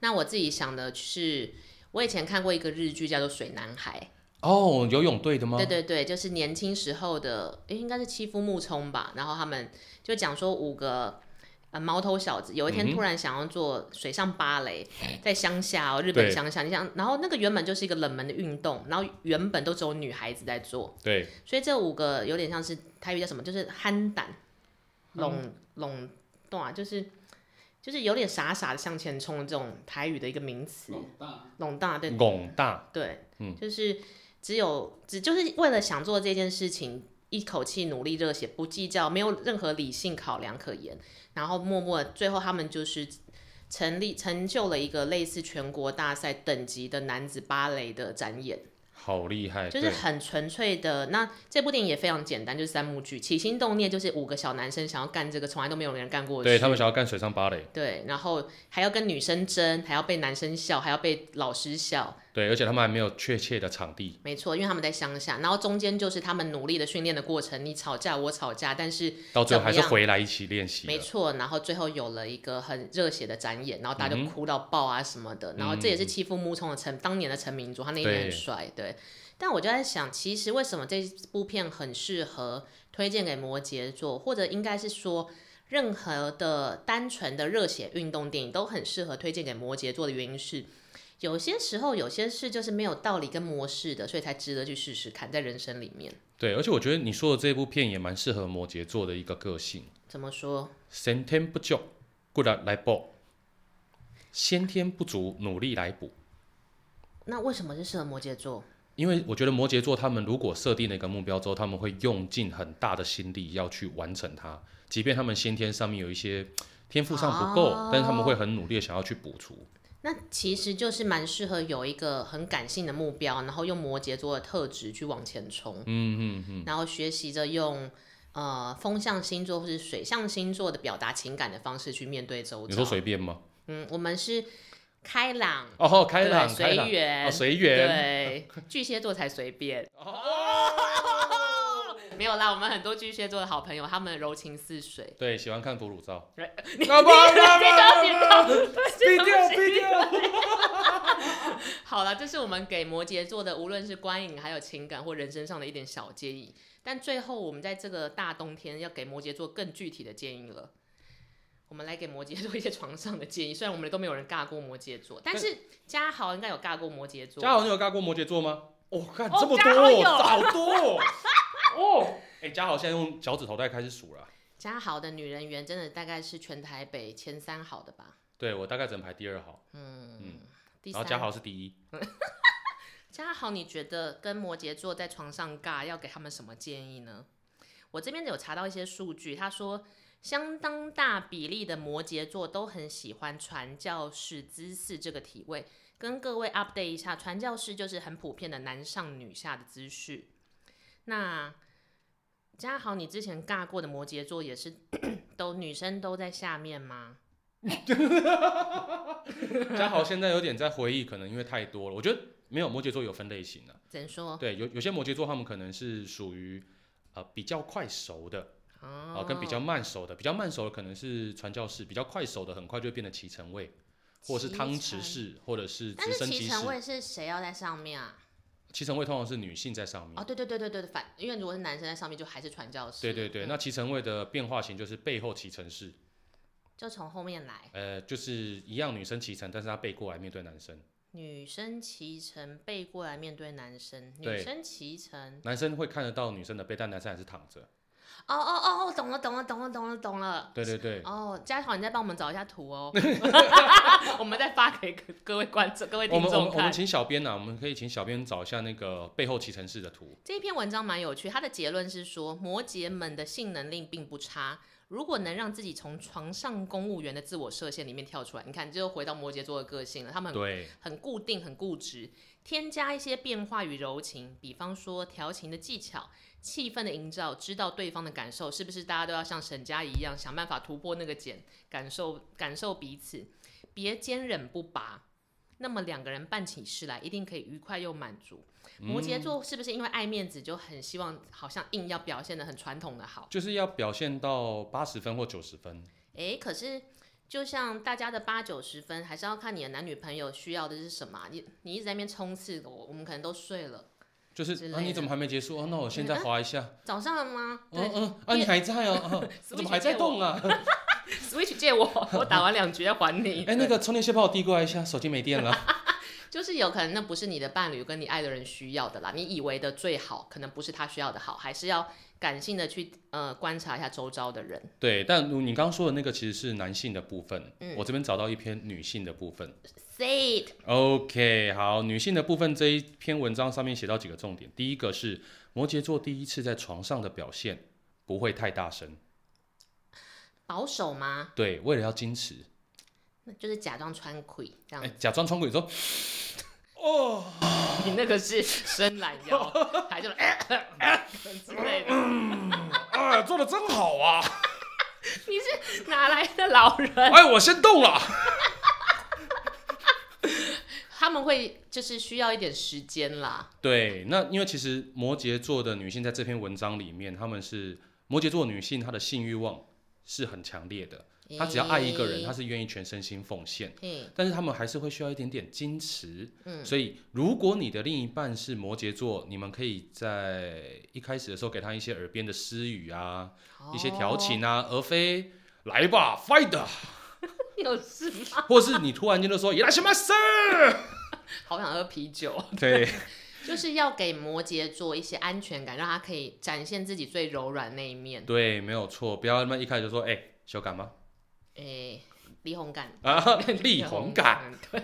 S1: 那我自己想的是，我以前看过一个日剧叫做《水男孩》，
S2: 哦，游泳队的吗？
S1: 对对对，就是年轻时候的，诶，应该是欺负木冲吧。然后他们就讲说五个呃毛头小子，有一
S2: 嗯
S1: 天
S2: 哼嗯
S1: 突然想要做水上芭蕾，在乡下哦，日本
S2: 对
S1: 乡下，你想，然后那个原本就是一个冷门的运动，然后原本都只有女孩子在做，
S2: 对，
S1: 所以这五个有点像是台语叫什么，就是憨胆、
S2: 嗯
S1: 垄垄断，啊就是就是有点傻傻的向前冲的这种台语的一个名词，垄断，对
S2: 拱大，
S1: 对，
S2: 嗯
S1: 就是只有只就是为了想做这件事情，一口气努力热血，不计较，没有任何理性考量可言，然后默默最后他们就是成立成就了一个类似全国大赛等级的男子芭蕾的展演，
S2: 好厉害，
S1: 就是
S2: 哎对
S1: 很纯粹的。那这部电影也非常简单，就是三幕剧，起心动念就是五个小男生想要干这个从来都没有人干过的
S2: 对
S1: 事。
S2: 他们想要干水上芭蕾，
S1: 对，然后还要跟女生争，还要被男生笑，还要被老师笑，
S2: 对，而且他们还没有确切的场地，
S1: 没错，因为他们在乡下，然后中间就是他们努力的训练的过程，你吵架我吵架，但是
S2: 到最
S1: 怎
S2: 后
S1: 么
S2: 还是
S1: 样
S2: 回来一起练习
S1: 没
S2: 了。
S1: 错，然后最后有了一个很热血的展演，然后大家就
S2: 嗯哼嗯
S1: 哭到爆啊什么的，然后这也是欺负木冲的成当年的成名作，他那一年
S2: 对
S1: 很帅，对。但我就在想，其实为什么这部片很适合推荐给摩羯座，或者应该是说。任何的单纯的热血运动电影都很适合推荐给摩羯座的原因是，有些时候有些事就是没有道理跟模式的，所以才值得去试试看，在人生里面
S2: 对，而且我觉得你说的这部片也蛮适合摩羯座的一个个性，
S1: 怎么说？
S2: 先天不足，过来来补，先天不足，努力来补。
S1: 那为什么是适合摩羯座？
S2: 因为我觉得摩羯座他们如果设定了一个目标之后，他们会用尽很大的心力要去完成它，即便他们先天上面有一些嘖天赋上不够，
S1: 哦
S2: 但是他们会很努力的想要去补足。
S1: 那其实就是蛮适合有一个很感性的目标，然后用摩羯座的特质去往前冲，
S2: 嗯嗯嗯，
S1: 然后学习着用呃风象星座或是水象星座的表达情感的方式去面对周
S2: 你说
S1: 遭。
S2: 随便吗？
S1: 嗯，我们是开朗，
S2: 哦，开
S1: 对
S2: 朗，开
S1: 随
S2: 朗，
S1: 缘，
S2: 哦，随缘。
S1: 对， 巨蟹座才随便。
S2: 哦
S1: 没有啦，我们很多巨蟹座的好朋友，他们柔情似水。
S2: 对，喜欢看哺乳照。
S1: 对
S2: 啊不不
S1: 你
S2: 不不不
S1: 这
S2: 闭
S1: 个
S2: 掉
S1: 不行
S2: 闭 掉。
S1: 好了，这是我们给摩羯座的，无论是观影还有情感或人生上的一点小建议。但最后，我们在这个大冬天要给摩羯座更具体的建议了。我们来给摩羯座一些床上的建议，虽然我们都没有人尬过摩羯座，但是嘉豪应该有尬过摩羯座。
S2: 嘉豪，你有尬过摩羯座吗？哦，看
S1: 哦
S2: 这么
S1: 嘉豪
S2: 多，
S1: 有
S2: 好 多哦。哦，哎，嘉豪现在用脚趾头在开始数了。啊
S1: 嘉豪的女人缘真的大概是全台北前三好的吧？
S2: 对我大概只能排第二好，
S1: 嗯，
S2: 嗯
S1: 第
S2: 然
S1: 三。
S2: 后嘉豪是第一。
S1: 嘉豪，你觉得跟摩羯座在床上尬，要给他们什么建议呢？我这边有查到一些数据，他说相当大比例的摩羯座都很喜欢传教士姿势这个体位。跟各位 update 一下，传教士就是很普遍的男上女下的姿势。那嘉豪，你之前尬过的摩羯座也是 都女生都在下面吗？
S2: 嘉豪现在有点在回忆，可能因为太多了。我觉得没有摩羯座有分类型啊，
S1: 怎说？
S2: 对，有有些摩羯座他们可能是属于呃比较快熟的啊、
S1: 哦
S2: 跟比较慢熟的，比较慢熟的可能是传教士，比较快熟的很快就会变得骑乘位，或者是
S1: 骑
S2: 汤匙
S1: 乘
S2: 式，或者是
S1: 但
S2: 直
S1: 是
S2: 升
S1: 骑
S2: 机
S1: 乘
S2: 式。
S1: 位是谁要在上面啊？
S2: 骑乘位通常是女性在上面，
S1: 哦，对对对对对，反因为如果是男生在上面，就还是传教士。
S2: 对对对。
S1: 嗯
S2: 那骑乘位的变化型就是背后骑乘式，
S1: 就从后面来，
S2: 呃，就是一样女生骑乘，但是她背过来面对男生，
S1: 女生骑乘背过来面对男生，
S2: 对
S1: 女生骑乘。
S2: 男生会看得到女生的背，但男生还是躺着。
S1: 哦哦哦哦，懂了懂了懂了懂了懂了。
S2: 对对对。
S1: 哦，嘉豪，你再帮我们找一下图 哦， 我们再发给各各位观众、各位
S2: 我
S1: 听
S2: 们我们
S1: 众
S2: 我们
S1: 看。
S2: 请小编啊呐、我们可以请小编找一下那个背后骑乘式的图。
S1: 这一篇文章蛮有趣，它的结论是说，摩羯们的性能力并不差，如果能让自己从床上公务员的自我设限里面跳出来，你看，这就回到摩羯座的个性了，他们很
S2: 对，
S1: 很固定、很固执，添加一些变化与柔情，比方说调情的技巧、气氛的营造，知道对方的感受，是不是大家都要像沈佳宜一样，想办法突破那个茧，感受感受彼此，别坚忍不拔。那么两个人办起事来，一定可以愉快又满足。摩羯座是不是因为爱面子，就很希望好像硬要表现的很传统的好？
S2: 就是要表现到八十分或九十分。
S1: 诶，可是就像大家的八九十分，还是要看你的男女朋友需要的是什么啊、你你一直在那边冲刺我，我们可能都睡了。
S2: 就是
S1: 之
S2: 啊，
S1: 类
S2: 你怎么
S1: 的
S2: 还没结束？哦，那我 现在
S1: 嗯
S2: 滑一下。
S1: 早上了吗？
S2: 嗯
S1: 对
S2: 嗯，啊，你还在哦， 啊怎么还在动 啊？
S1: ，Switch 借我，我打完两局要还你。
S2: 哎，那个充电线帮我递过来一下，手机没电了。
S1: 就是有可能那不是你的伴侣跟你爱的人需要的啦，你以为的最好，可能不是他需要的好，还是要感性的去呃观察一下周遭的人。
S2: 对，但你刚刚说的那个其实是男性的部分，
S1: 嗯
S2: 我这边找到一篇女性的部分。
S1: Say it，
S2: OK，好，女性的部分这一篇文章上面写到几个重点，第一个是摩羯座第一次在床上的表现不会太大声，
S1: 保守吗？
S2: 对，为了要矜持，
S1: 那就是假装穿盔这样
S2: 哎，假装穿过你说，
S1: 你那个是伸懒腰，还就 之类的，
S2: 啊，做的真好啊，
S1: 你是哪来的老人？
S2: 哎，我先动了，
S1: 他们会就是需要一点时间 啦，
S2: 对，那因为其实摩羯座的女性在这篇文章里面，她们是摩羯座女性，她的性欲望是很强烈的，她只要爱一个人，她是愿意全身心奉献。
S1: 嗯
S2: 但是他们还是会需要一点点矜持。
S1: 嗯
S2: 所以如果你的另一半是摩羯座，你们可以在一开始的时候给他一些耳边的私语啊，一些调，
S1: 哦
S2: 情啊，而非来吧，fight，啊
S1: 有事吗？
S2: 或是你突然间就说 y a s h m
S1: 好想喝啤酒，
S2: 对，
S1: 就是要给摩羯座一些安全感，让他可以展现自己最柔软那一面。
S2: 对，没有错，不要那么一开始就说，哎、修改吗？
S1: 诶、李红感，
S2: 啊， 力宏感。，
S1: 对，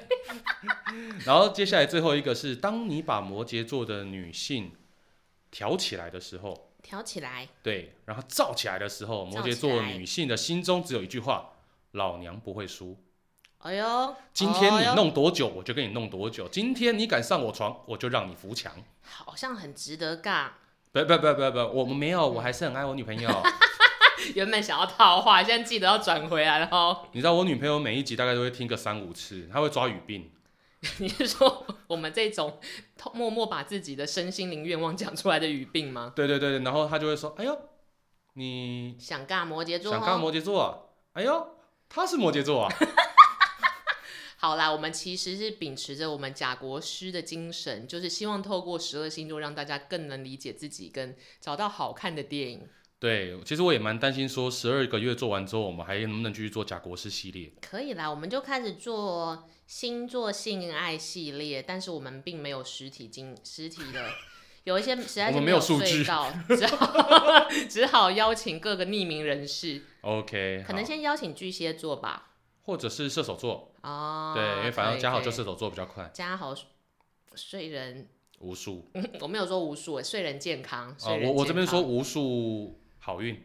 S2: 然后接下来最后一个是，当你把摩羯座的女性挑起来的时候，
S1: 挑起来，
S2: 对，然后燥起来的时候，摩羯
S1: 燥
S2: 座
S1: 起来
S2: 女性的心中只有一句话：老娘不会输。
S1: 哎呦，
S2: 今天
S1: 哎
S2: 你
S1: 呦
S2: 弄多久，我就跟你弄多久。今天你敢上我床，我就让你扶墙。
S1: 好像很值得尬。
S2: 不不不不不，我们没有，我还是很爱我女朋友。
S1: 原本想要套话，现在记得要转回来了哦。
S2: 你知道我女朋友每一集大概都会听个三五次，她会抓语病。
S1: 你是 说我们这种偷默默把自己的身心灵愿望讲出来的语病吗？
S2: 对对对，然后她就会说：“哎呦，你
S1: 想尬摩羯座
S2: 想干
S1: 哦。
S2: 摩羯座啊？哎呦，他是摩羯座啊？
S1: 好啦，我们其实是秉持着我们假国师的精神，就是希望透过十二星座让大家更能理解自己，跟找到好看的电影。
S2: 对，其实我也蛮担心，说十二个月做完之后，我们还能不能继续做假国师系列？
S1: 可以啦，我们就开始做星座性爱系列，但是我们并没有实体经实体的， 有一些实在
S2: 我
S1: 是
S2: 们没
S1: 有
S2: 有数据
S1: 睡到， 只好只好邀请各个匿名人士，
S2: OK，
S1: 可能
S2: 好
S1: 先邀请巨蟹座吧。
S2: 或者是射手座，
S1: 哦，
S2: 对，因为反正加
S1: 好
S2: 好就射手座比较快，
S1: 加好睡人，
S2: 无数。
S1: 我没有说无数，欸睡人健康。
S2: 哦
S1: 睡，嗯人
S2: 我我这边
S1: 健康
S2: 说无数好运，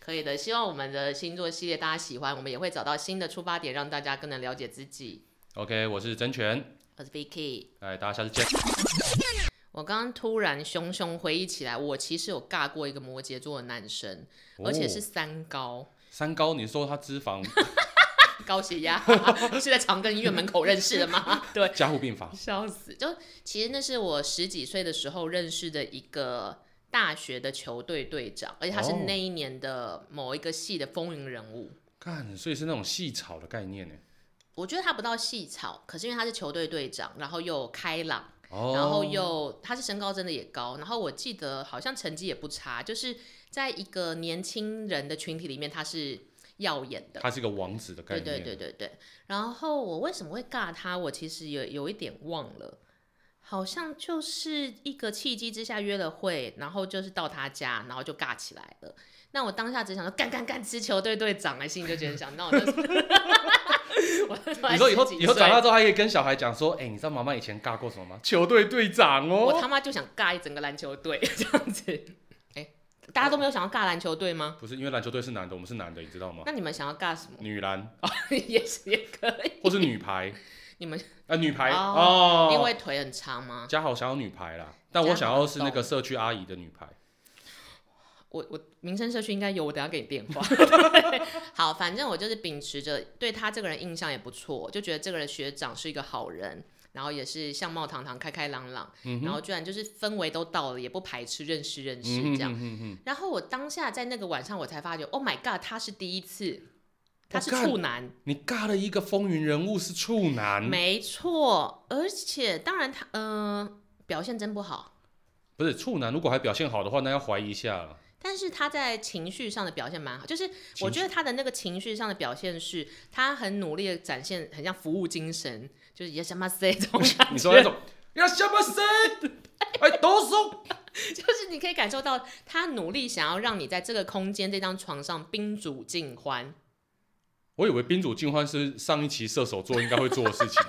S1: 可以的，希望我们的星座系列大家喜欢，我们也会找到新的出发点，让大家更能了解自己。
S2: OK，我是真权，
S1: 我是 Vicky，
S2: 哎，大家下次见。
S1: 我刚刚突然熊熊回忆起来，我其实有尬过一个摩羯座的男生，而且是
S2: 哦
S1: 三高，
S2: 三高，你说他脂肪
S1: 高血压， 是在长庚医院门口认识的吗？ 对，
S2: 加护病房，
S1: 笑死！就其实那是我十几岁的时候认识的一个大学的球队队长，而且他是
S2: 哦
S1: 那一年的某一个系的风云人物。
S2: 看，所以是那种细草的概念呢。
S1: 我觉得他不到细草，可是因为他是球队队长，然后又开朗，
S2: 哦，
S1: 然后又他是身高真的也高，然后我记得好像成绩也不差，就是在一个年轻人的群体里面，他是耀眼的。
S2: 它是一个王子的概
S1: 对
S2: 念，
S1: 对对对对。然后我为什么会尬他？我其实有有一点忘了，好像就是一个契机之下约了会，然后就是到他家，然后就尬起来了。那我当下只想说干干干，吃球队队长哎，心里就觉得很想闹。那我就是 我就突然
S2: 你 说以后
S1: 十几
S2: 以后
S1: 岁
S2: 长大之后，还可以跟小孩讲说，哎、你知道妈妈以前尬过什么吗？球队队长
S1: 我
S2: 哦，
S1: 他妈就想尬一整个篮球队 这样子。哎、大家都没有想要尬篮球队吗？
S2: 不是因为篮球队是男的，我们是男的，你知道吗？
S1: 那你们想要尬什么？
S2: 女篮
S1: 也是也可以。
S2: 或是女排，
S1: 你们
S2: 啊，女排
S1: 哦
S2: 哦，
S1: 因为腿很长吗？
S2: 嘉豪想要女排啦，但
S1: 嘉
S2: 我
S1: 豪
S2: 想要是那个社区阿姨的女排。
S1: 我我民生社区应该有，我等一下给你 电话。好，反正我就是秉持着对他这个人印象也不错，就觉得这个人学长是一个好人，然后也是相貌堂堂、开开朗朗，
S2: 嗯
S1: 然后居然就是氛围都到了，也不排斥认识认识这样。
S2: 嗯哼哼
S1: 然后我当下在那个晚上，我才发觉，Oh my god，他是第一次，他是
S2: 我哦干
S1: 处男。
S2: 哼你尬了一个风云人物是处男，
S1: 没错，而且当然他，嗯、表现真不好，
S2: 不是处男，如果还表现好的话，那要怀疑一下 了。
S1: 但是他在情绪上的表现蛮好，就是
S2: 情
S1: 我觉得他的那个情绪上的表现是，他很努力的展现，很像服务精神，就是也什么 这种感觉。
S2: 你说那种，要什么谁？ 哎，都说
S1: 就是你可以感受到他努力想要让你在这个空间、这张床上宾主尽欢，
S2: 我以为宾主尽欢是上一期射手座应该会做的 事情，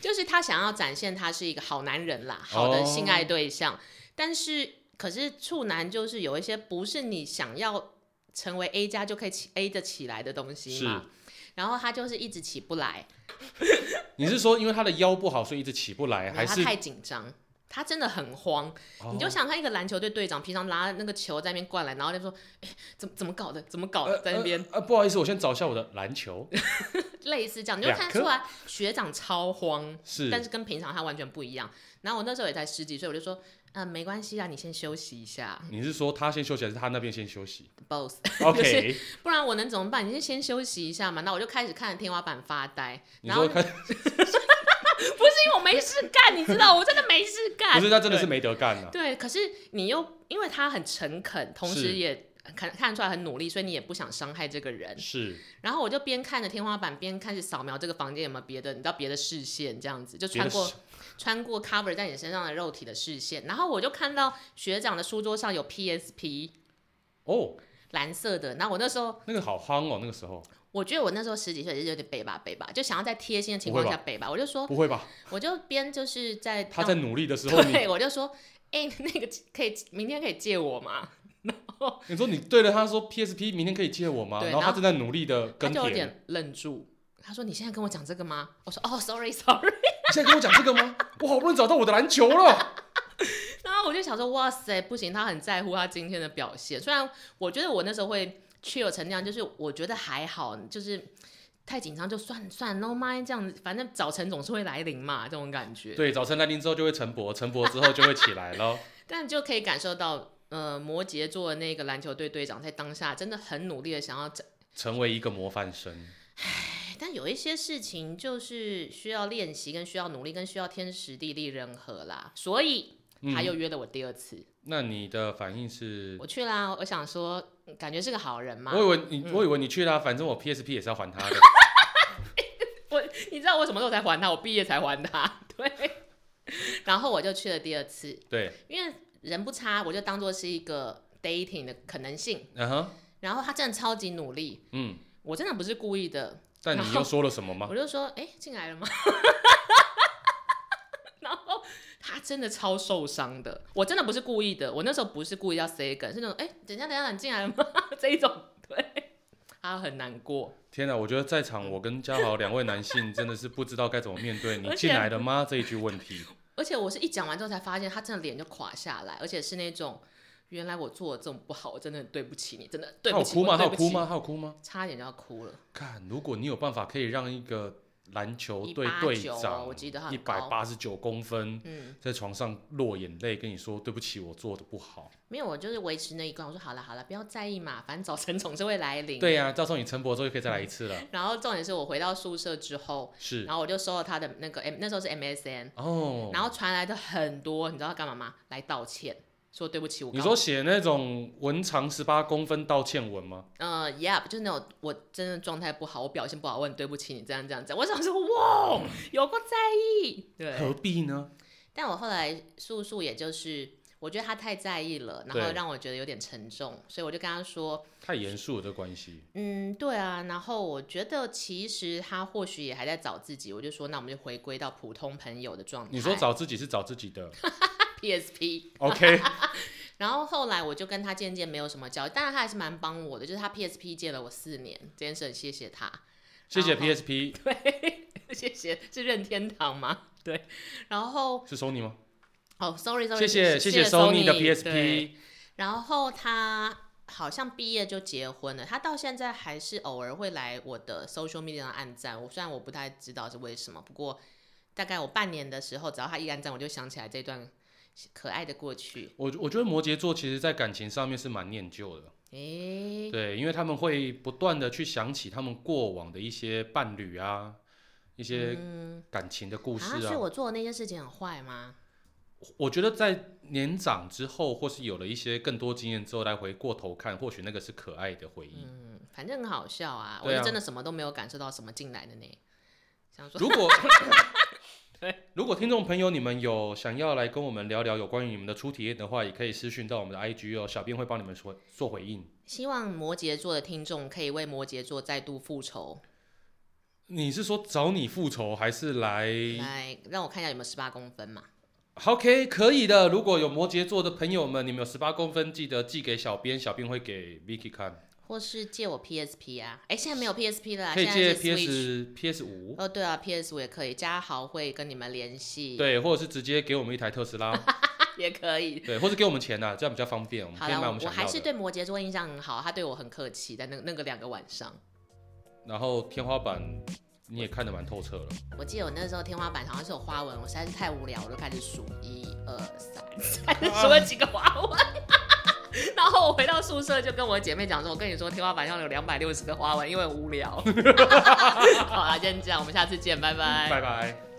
S1: 就是他想要展现他是一个好男人啦，好的性爱对象。但是，可是处男就是有一些不是你想要成为 A 加就可以起 A 的起来的东西嘛。然后他就是一直起不来，
S2: 你是说因为他的腰不好，所以一直起不来，
S1: 然
S2: 还
S1: 后他
S2: 是
S1: 太紧张，他真的很慌。
S2: 哦
S1: 你就想看一个篮球队队长平常拿那个球在那边灌篮，然后就说：“哎，怎么怎么搞的？怎么搞的？”在那边、
S2: 呃呃呃不好意思，我先找一下我的篮球，
S1: 类似这样，你就看得出来学长超慌，
S2: 是
S1: 但是跟平常他完全不一样。然后我那时候也才十几岁，我就说，嗯、没关系啦，你先休息一下
S2: 你是说他先休息，还是他那边先休息
S1: ，boss，
S2: ？OK，
S1: 不然我能怎么办？你就先休息一下嘛。那我就开始看着天花板发呆，
S2: 你
S1: 然后
S2: 说
S1: 不
S2: 看，
S1: 是因为我没事干，你知道，我真的没事干。
S2: 不是他真的是没得干啊了，
S1: 对，可是你又因为他很诚恳，同
S2: 是
S1: 时也看看得出来很努力，所以你也不想伤害这个人。
S2: 是
S1: 然后我就边看着天花板，边开始扫描这个房间有没有别的，你知道别的视线这样子，就
S2: 别
S1: 穿
S2: 的
S1: 过
S2: 视
S1: 穿过 cover 在你身上的肉体的视线。然后我就看到学长的书桌上有 PSP
S2: 哦，
S1: 蓝色的，那我那时候
S2: 那个好夯哦，那个时候
S1: 我觉得我那时候十几岁，就是有点北吧北吧，就想要在贴心的情况
S2: 不会
S1: 下北吧，我就说
S2: 不会吧？
S1: 我就边就是在
S2: 他在努力的时候，你
S1: 对我就说。哎、那个可以明天可以借我吗？
S2: 你说你对了，他说 PSP 明天可以借我吗？
S1: 对
S2: 然后
S1: 然
S2: 他
S1: 后
S2: 正在努力的
S1: 他
S2: 耕
S1: 就有
S2: 田，
S1: 点愣住，他说：“你现在跟我讲这个吗？”我说：“哦，sorry sorry。
S2: 你现在跟我讲这个吗？我好不容易找到我的篮球了，”
S1: 然后我就想说：“哇塞，不行，他很在乎他今天的表现。”虽然我觉得我那时候会 chill 成那样，就是我觉得还好，就是太紧张就算算 no mind 这样子，反正早晨总是会来临嘛，这种感觉。
S2: 对，早晨来临之后就会晨勃，晨勃之后就会起来了。
S1: 但就可以感受到，呃，摩羯座的那个篮球队队长在当下真的很努力的想要展，
S2: 成为一个模范生，
S1: 哎但有一些事情就是需要练习，跟需要努力，跟需要天时地利人和啦。所以他又约了我第二次，
S2: 那你的反应嗯是？
S1: 我去啦，我想说，嗯感觉是个好人嘛
S2: 我。以为你，
S1: 嗯
S2: 我以为你去啦，反正我 PSP 也是要 还他的。
S1: 我你知道我什么时候才还他？我毕业才还他， 对。然后我就去了第二次，
S2: 对，
S1: 因为人不差，我就当做是一个 dating 的可能性。
S2: 嗯哼，
S1: 然后他真的超级努力，
S2: 嗯，
S1: 我真的不是故意的，
S2: 但你又说了什么吗？
S1: 我就说，哎、进来了吗？ 然后他真的超受伤的，我真的不是故意的，我那时候不是故意要 say 梗，是那种，哎、等一下等一下，你进来了吗？ 这一种，对，他很难过。
S2: 天哪，我觉得在场我跟嘉豪两位男性真的是不知道该怎么面对你
S1: 而且
S2: 进来了吗这一句问题。
S1: 而且我是一讲完之后才发现，他真的脸就垮下来，而且是那种，原来我做的这么不好，我真的很对不起你，真的对
S2: 他
S1: 不
S2: 有
S1: 起，
S2: 哭吗？
S1: 我对
S2: 他有
S1: 不
S2: 哭
S1: 起？
S2: 吗？他有哭吗？
S1: 差一点就要哭了。
S2: 看，如果你有办法可以让一个篮球队
S1: 189
S2: 队
S1: 哦
S2: 长，
S1: 我记得他
S2: 一
S1: 很
S2: 百
S1: 高
S2: 八十九公分，
S1: 嗯，
S2: 在床上落眼泪，跟你说对不起，我做的不好。
S1: 没有，我就是维持那一关。我说好了好了，不要在意嘛，反正早晨总是会来临。。
S2: 对呀、到时候你晨勃之后就可以再来一次了。
S1: 然后重点是我回到宿舍之后，
S2: 是
S1: 然后我就收到他的那个 M，那时候是 MSN，、
S2: 哦，
S1: 然后传来的很多，你知道他干嘛吗？来道歉，说对不起，我
S2: 你
S1: 搞
S2: 说写那种文长十八公分道歉文吗？
S1: 呃，Yeah，就是那种我真的状态不好，我表现不好，我很对不起你，这样这样这样。我想说，哇，哦有过在意，对。
S2: 何必呢？
S1: 但我后来诉诉，也就是我觉得他太在意了，然后
S2: 对
S1: 让我觉得有点沉重，所以我就跟他说，
S2: 太严肃了，这关系。
S1: 嗯，对啊。然后我觉得其实他或许也还在找自己，我就说，那我们就回归到普通朋友的状态。
S2: 你说找自己是找自己的
S1: PSP？
S2: ，OK？
S1: 然后后来我就跟他渐渐没有什么交集，但是他还是蛮帮我的，就是他 PSP 借了我四年，这件事很谢谢他。
S2: 谢谢
S1: 然后
S2: PSP，
S1: 对，谢谢，是任天堂吗？ 对，然后
S2: 是 Sony 吗？
S1: 哦，sorry sorry，
S2: 谢谢
S1: 谢
S2: 谢
S1: Sony
S2: Sony 的
S1: 对
S2: PSP，
S1: 然后他好像毕业就结婚了，他到现在还是偶尔会来我的 social media 上按赞。我虽然我不太知道是为什么，不过大概我半年的时候，只要他一按赞，我就想起来这段可爱的过去。
S2: 我我觉得摩羯座其实在感情上面是蛮念旧的。
S1: 诶，
S2: 对，因为他们会不断的去想起他们过往的一些伴侣啊，一些
S1: 嗯，
S2: 感情的故
S1: 啊，
S2: 事
S1: 所以
S2: 啊。
S1: 我做的那件事情很坏吗？
S2: 我觉得在年长之后，或是有了一些更多经验之后，来回过头看，或许那个是可爱的回忆。
S1: 嗯，反正很好笑啊，我
S2: 对啊
S1: 是真的什么都没有感受到什么进来的呢。 想说，
S2: 如果如果听众朋友你们有想要来跟我们聊聊有关于你们的初体验的话，也可以私讯到我们的 IG 哦，小编会帮你们说做回应。
S1: 希望摩羯座的听众可以为摩羯座再度复仇，
S2: 你是说找你复仇，还是来
S1: 来让我看一下有没有十八公分嘛。
S2: ？OK，可以的。如果有摩羯座的朋友们，你们有十八公分，记得寄给小编，小编会给 Vicky 看。
S1: 或是借我 PSP 啊？哎、现在没有 PSP 了啦，
S2: 可以
S1: 现在
S2: 借
S1: 是 Switch。
S2: PS PS 五，
S1: 哦，对啊，PS 五也可以，嘉豪会跟你们联系，，
S2: 对，或者是直接给我们一台特斯拉，
S1: 也可以。
S2: 对，或者给我们钱啊呐、这样比较方便，我们
S1: 好
S2: 可以
S1: 啦，
S2: 买
S1: 我
S2: 们
S1: 我
S2: 想
S1: 还
S2: 要
S1: 是
S2: 的。
S1: 对摩羯座印象很好，他对我很客气，在那那个两个晚上，
S2: 然后天花板你也看得蛮透彻了，
S1: 我记得我那时候天花板好像是有花纹，我实在是太无聊，我就开始数一二三， 三，数了几个花纹。 然后我回到宿舍就跟我姐妹讲说，我跟你说天花板上有两 百六十个花纹，因为我无聊。好啦，先这样，我们下次见，拜拜。
S2: 拜拜。